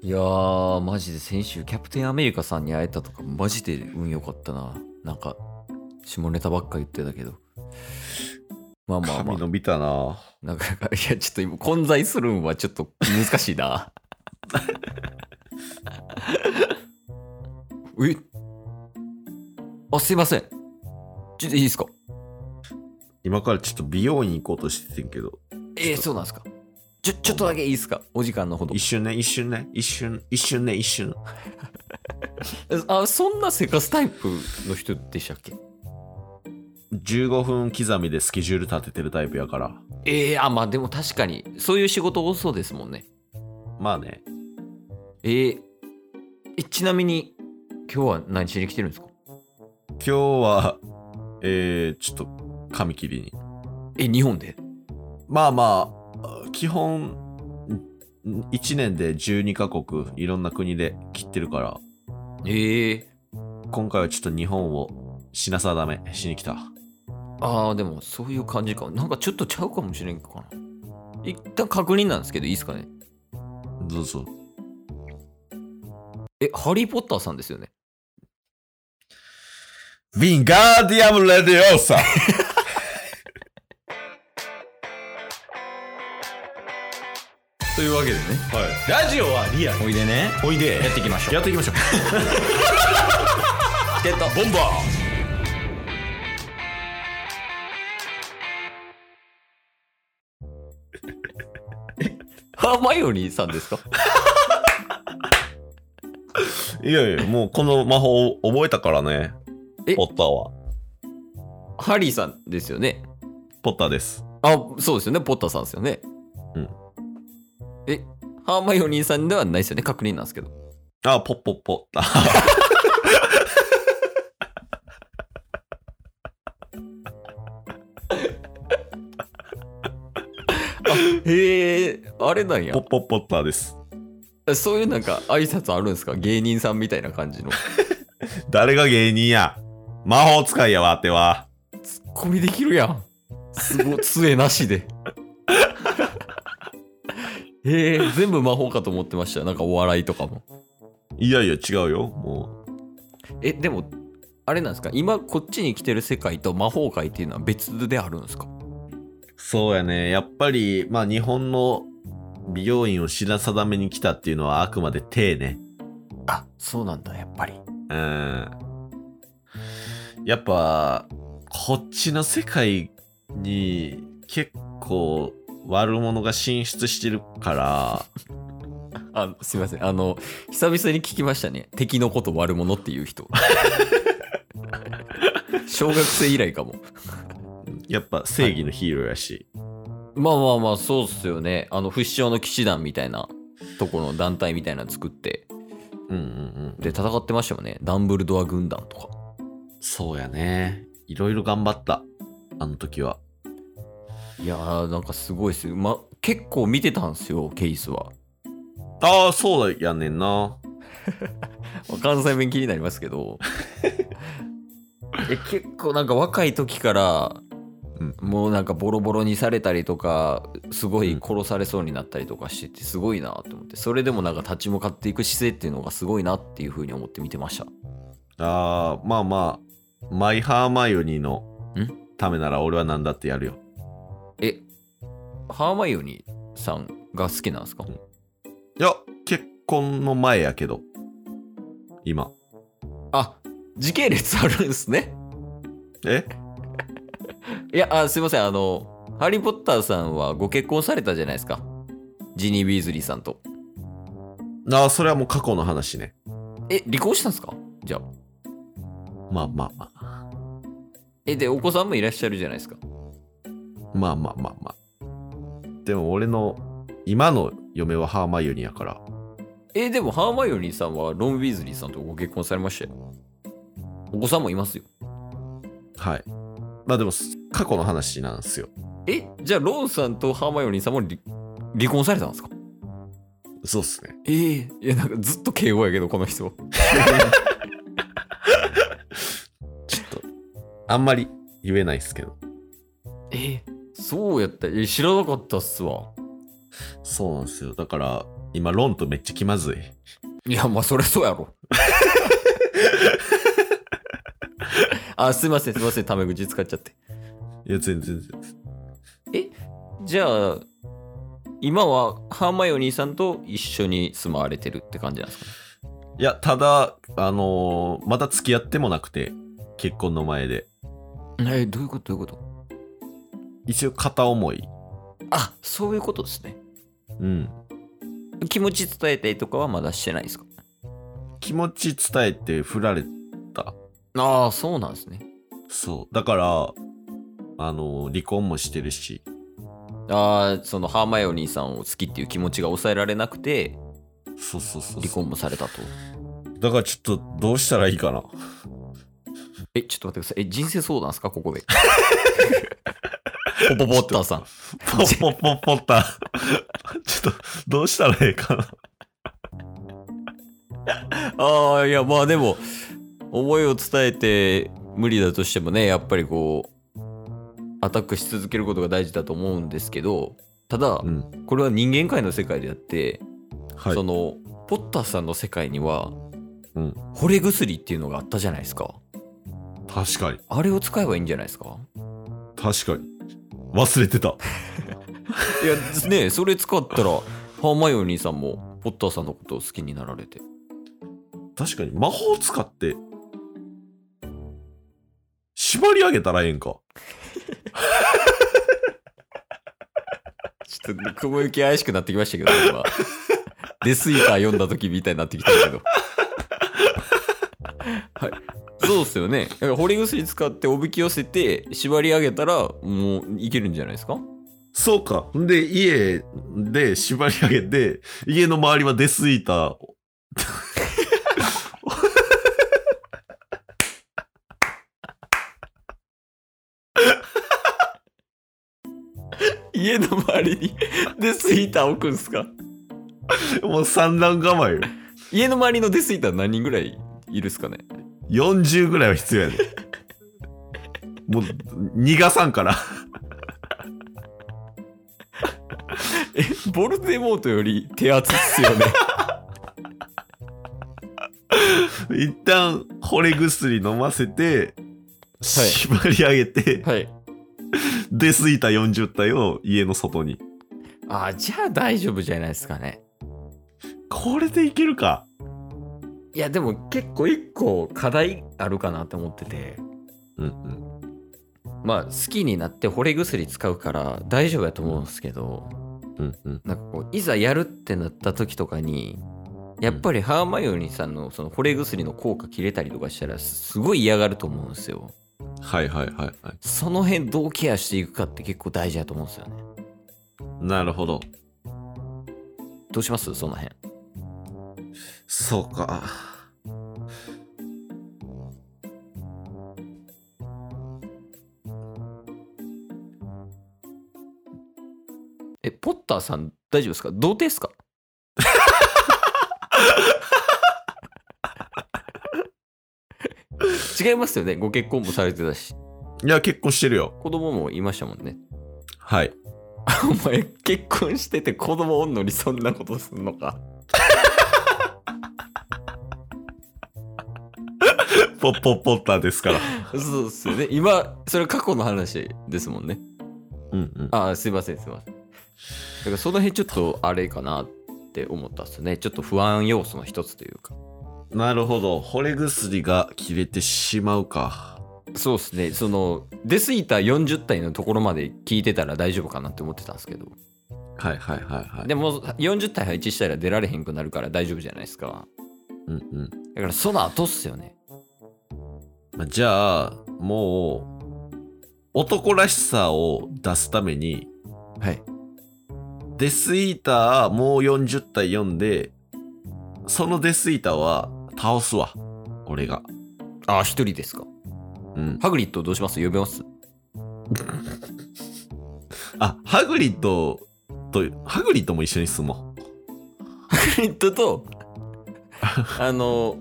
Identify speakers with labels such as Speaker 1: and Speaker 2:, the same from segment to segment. Speaker 1: いやー、マジで先週、キャプテンアメリカさんに会えたとか、マジで運良かったな。なんか、下ネタばっか言ってたけど。まあまあまあ
Speaker 2: 髪、伸びたな。
Speaker 1: なんか、いや、ちょっと今、混在するんはちょっと難しいな。 えあ、すいません。ちょっといいですか
Speaker 2: 今からちょっと美容院行こうとしててんけど。
Speaker 1: えー、そうなんですかちょ、ちょっとだけいいですかお時間のほど
Speaker 2: 一。瞬ね、一瞬ね、一瞬、一瞬ね、一瞬。
Speaker 1: あ、そんなせかすタイプの人でしたっけ
Speaker 2: 15分刻みでスケジュール立ててるタイプやから。
Speaker 1: えー、あ、まあでも確かに、そういう仕事多そうですもんね。
Speaker 2: まあね、
Speaker 1: えーえ、ちなみに、今日は何しに来てるんですか
Speaker 2: 今日は、えー、ちょっと髪切りに。
Speaker 1: え、日本で
Speaker 2: まあまあ、基本、1年で12カ国、いろんな国で切ってるから、
Speaker 1: ええー。
Speaker 2: 今回はちょっと日本を品定めしに来た。
Speaker 1: ああでもそういう感じかなんかちょっとちゃうかもしれんかな一旦確認なんですけどいいですかね
Speaker 2: どうぞ。
Speaker 1: えハリー・ポッターさんですよね
Speaker 2: ヴィンガーディアム・レディオー サ
Speaker 1: というわけでね
Speaker 2: はい、ラジオはリアルおいでねおいでやっていきましょうやっていきましょう
Speaker 1: ゲット
Speaker 2: ボンバ
Speaker 1: ハーマイオニーさんですか
Speaker 2: ーいやいやもうこの魔法を覚えたからね
Speaker 1: え
Speaker 2: ポッターは
Speaker 1: ハリーさんですよね
Speaker 2: ポッターです
Speaker 1: あそうですよねポッターさんですよね
Speaker 2: うん
Speaker 1: えハーマイオニーさんではないですよね確認なんですけど
Speaker 2: あポッポッポッター
Speaker 1: へえあれなんや
Speaker 2: ポッポッポッターです
Speaker 1: そういうなんか挨拶あるんですか芸人さんみたいな感じの
Speaker 2: 誰が芸人や魔法使いやわっては
Speaker 1: ツッ コミできるやんすごい杖なし でえー、全部魔法かと思ってましたよなんかお笑いとかも
Speaker 2: いやいや違うよも
Speaker 1: えでもあれなんですか今こっちに来てる世界と魔法界っていうのは別であるんですか
Speaker 2: うそうやねやっぱりまあ日本の美容院を品定めに来たっていうのはあくまで手ね
Speaker 1: あそうなんだやっぱり
Speaker 2: うんやっぱこっちの世界に結構悪者が進出してるから
Speaker 1: あすいませんあの久々に聞きましたね敵のこと悪者っていう 人小学生以来かも
Speaker 2: やっぱ正義のヒーローやし、
Speaker 1: まあまあまあそうっすよねあの不死鳥の騎士団みたいなところの団体みたいなの作って
Speaker 2: うんうんうん
Speaker 1: で戦ってましたもんねダンブルドア軍団とか
Speaker 2: そうやねいろいろ頑張ったあの時はい
Speaker 1: やーなんかすごいっすよ、ま、結構見てたんすよケースは、
Speaker 2: ああそうやねんな
Speaker 1: まあ関西弁気になりますけ どえ結構なんか若い時から、
Speaker 2: うん
Speaker 1: もうなんかボロボロにされたりとかすごい殺されそうになったりとかしててすごいなと思ってそれでもなんか立ち向かっていく姿勢っていうのがすごいなっていうふうに思って見てました
Speaker 2: あーまあまあマイ・ハーマイオニーの
Speaker 1: ん
Speaker 2: ためなら俺は何だってやるよ
Speaker 1: えハーマイオニーさんが好きなんですか
Speaker 2: いや結婚の前やけど今
Speaker 1: あ時系列あるんですね
Speaker 2: え
Speaker 1: いやあすいませんあのハリー・ポッターさんはご結婚されたじゃないですかジニー・ビーズリーさんと
Speaker 2: ああ、それはもう過去の話ね。
Speaker 1: え離婚したんですかじゃあ
Speaker 2: まあまあまあ。
Speaker 1: えでお子さんもいらっしゃるじゃないですか
Speaker 2: まあまあまあまあ。でも俺の今の嫁はハーマイオニーやから。
Speaker 1: えでもハーマイオニーさんはロン・ビーズリーさんとご結婚されましたよお子さんもいますよ
Speaker 2: はい。まあでもす過去の話なんですよ。
Speaker 1: えじゃあロンさんとハーマイオニーさんも離離婚されたんですか
Speaker 2: そうっすね。
Speaker 1: えー、いやなんかずっと敬語やけどこの人
Speaker 2: ちょっと、あんまり言えないっすけど。
Speaker 1: えそうやったえ知らなかったっすわ
Speaker 2: そうなんですよ。だから、今、ロンとめっちゃ気まずい。
Speaker 1: いや、まあ、そりゃそうや ろ。あ、すいません、すいません、タメ口使っちゃって。
Speaker 2: いや、全然全然。
Speaker 1: じゃあ、今はハーマイオニーさんと一緒に住まわれてるって感じなんですかね。
Speaker 2: いや、ただ、あのーまだ付き合ってもなくて、結婚の前で。
Speaker 1: えどういうことどういうこと
Speaker 2: 一応、片思い。
Speaker 1: あ、そういうことですね。
Speaker 2: うん。
Speaker 1: 気持ち伝えたりとかはまだしてないですか
Speaker 2: 気持ち伝えて振られた。
Speaker 1: ああ、そうなんですね。
Speaker 2: そう。だから、あのー離婚もしてるし。
Speaker 1: ああ、そのハーマイオニーさんを好きっていう気持ちが抑えられなくて、
Speaker 2: そうそうそうそう。
Speaker 1: 離婚もされたと。
Speaker 2: だからちょっと、どうしたらいいかな。
Speaker 1: え、ちょっと待ってください。え、人生相談ですかこ こで。ポポポッターさん。
Speaker 2: ポッポッポッポッタ。ちょっと、どうしたらええかな。
Speaker 1: ああいやまあでも思いを伝えて無理だとしてもねやっぱりこうアタックし続けることが大事だと思うんですけどただ
Speaker 2: うん。
Speaker 1: これは人間界の世界であって、
Speaker 2: はい
Speaker 1: そ。のポッターさんの世界には
Speaker 2: うん。
Speaker 1: 惚れ薬っていうのがあったじゃないですか
Speaker 2: 確かに。
Speaker 1: あれを使えばいいんじゃないですか
Speaker 2: 確かに。忘れてた。
Speaker 1: いやねそれ使ったらハーマイオニーさんもポッターさんのことを好きになられて
Speaker 2: 確かに、魔法使って、縛り上げたらええんか。
Speaker 1: ちょっと雲行き怪しくなってきましたけど、今。デスイーター読んだ時みたいになってきたけど。はい。そうっすよね。だから、掘り薬使っておびき寄せて、縛り上げたら、もういけるんじゃないですか
Speaker 2: そうか。ほんで、家で縛り上げて、家の周りはデスイーター。
Speaker 1: 家の周りにデスイーター置くんすか
Speaker 2: もう産卵構えよ。
Speaker 1: 家の周りのデスイーター何人ぐらいいるっすかね
Speaker 2: 40ぐらいは必要やねもう、逃がさんから。
Speaker 1: え、 ボルデモートより手厚っすよね。
Speaker 2: 一旦、惚れ薬飲ませて、縛り上げて、
Speaker 1: はい。
Speaker 2: デスイーター40体を家の外に。
Speaker 1: あ、じゃあ大丈夫じゃないですかね。
Speaker 2: これでいけるか。
Speaker 1: いや、でも結構一個課題あるかなって思ってて。
Speaker 2: うんうん。
Speaker 1: まあ好きになって惚れ薬使うから大丈夫やと思うんですけど
Speaker 2: うんうん。
Speaker 1: なんかこういざやるってなった時とかにやっぱりハーマイオニーさんのその惚れ薬の効果切れたりとかしたらすごい嫌がると思うんですよ
Speaker 2: はいはいはいは
Speaker 1: その辺どうケアしていくかって結構大事だと思うんですよね
Speaker 2: い。なるほど。
Speaker 1: どうしますその辺
Speaker 2: そうか。
Speaker 1: えポッターさん大丈夫ですか童貞ですか違いますよねご結婚もされてたし
Speaker 2: いや、結婚してるよ。
Speaker 1: 子供もいましたもんね
Speaker 2: はい。
Speaker 1: お前結婚してて子供おんのにそんなことすんのか
Speaker 2: ポッポッポッターですから。
Speaker 1: そうっすよね今それ過去の話ですもんね
Speaker 2: うんうん。
Speaker 1: ああすいませんすいませんだからその辺ちょっとあれかなって思ったっすねちょっと不安要素の一つというか
Speaker 2: なるほど。惚れ薬が切れてしまうか。
Speaker 1: そうっすねそのデスイーター40体のところまで聞いてたら大丈夫かなって思ってたんですけど
Speaker 2: はいはいはいはい。
Speaker 1: でも40体配置したら出られへんくなるから大丈夫じゃないですか
Speaker 2: うんうん。
Speaker 1: だからその後っすよね
Speaker 2: まあじゃあ、もう、男らしさを出すために、
Speaker 1: はい
Speaker 2: デスイーターもう40体読んで、そのデスイーターは倒すわ。俺が。
Speaker 1: ああ一人ですか
Speaker 2: うん。
Speaker 1: ハグリッドどうします呼べます
Speaker 2: あ、ハグリッドと、ハグリッドも一緒に住も
Speaker 1: クリント とあの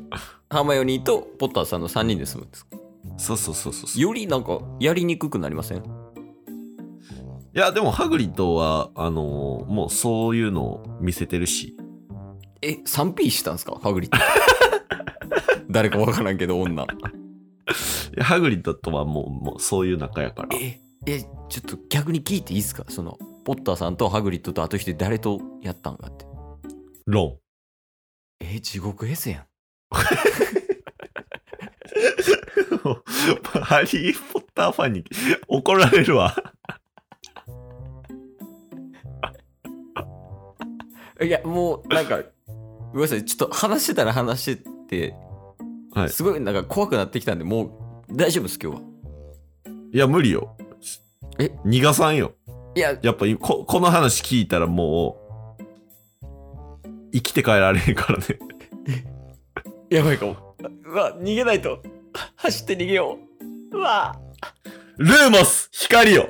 Speaker 1: ハーマヨニーとポッターさんの3人で住むんですか
Speaker 2: う。そうそうそうそうそう。い
Speaker 1: よりなんかやりにくくなりません
Speaker 2: や、でもハグリッドは、あのーもうそういうのを見せてるし。
Speaker 1: え 3P したんですかハグリッ ド誰かわからんけど女
Speaker 2: いやハグリッドとはもうもうそういう仲やから
Speaker 1: ええちょっと逆に聞いていいですかそのポッターさんとハグリッドとあと一人誰とやったんかって
Speaker 2: ロ
Speaker 1: え地獄絵図やん
Speaker 2: ン ハリー・ポッターファンに怒られるわ
Speaker 1: いやもうなんかごめんなさいちょっと話してたら話してて、
Speaker 2: はい
Speaker 1: すごいなんか怖くなってきたんでもう大丈夫です今日はい
Speaker 2: や無理よ
Speaker 1: え
Speaker 2: 逃がさんよ
Speaker 1: いや
Speaker 2: やっぱここの話聞いたらもう生きて帰られへんからね
Speaker 1: やばいかもうわ逃げないと走って逃げよううわ
Speaker 2: ルーモス光よ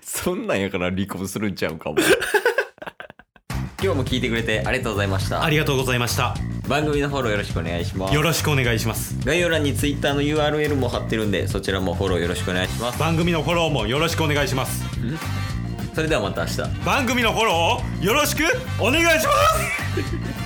Speaker 1: そんなんやから離婚するんちゃうかも 今日も聞いてくれてありがとうございました
Speaker 3: ありがとうございました
Speaker 1: 番組のフォローよろしくお願いします
Speaker 3: よろしくお願いします
Speaker 1: 概要欄に Twitter の URL も貼ってるんでそちらもフォローよろしくお願いします
Speaker 3: 番組のフォローもよろしくお願いします
Speaker 1: それではまた明日
Speaker 3: 番組のフォローをよろしくお願いします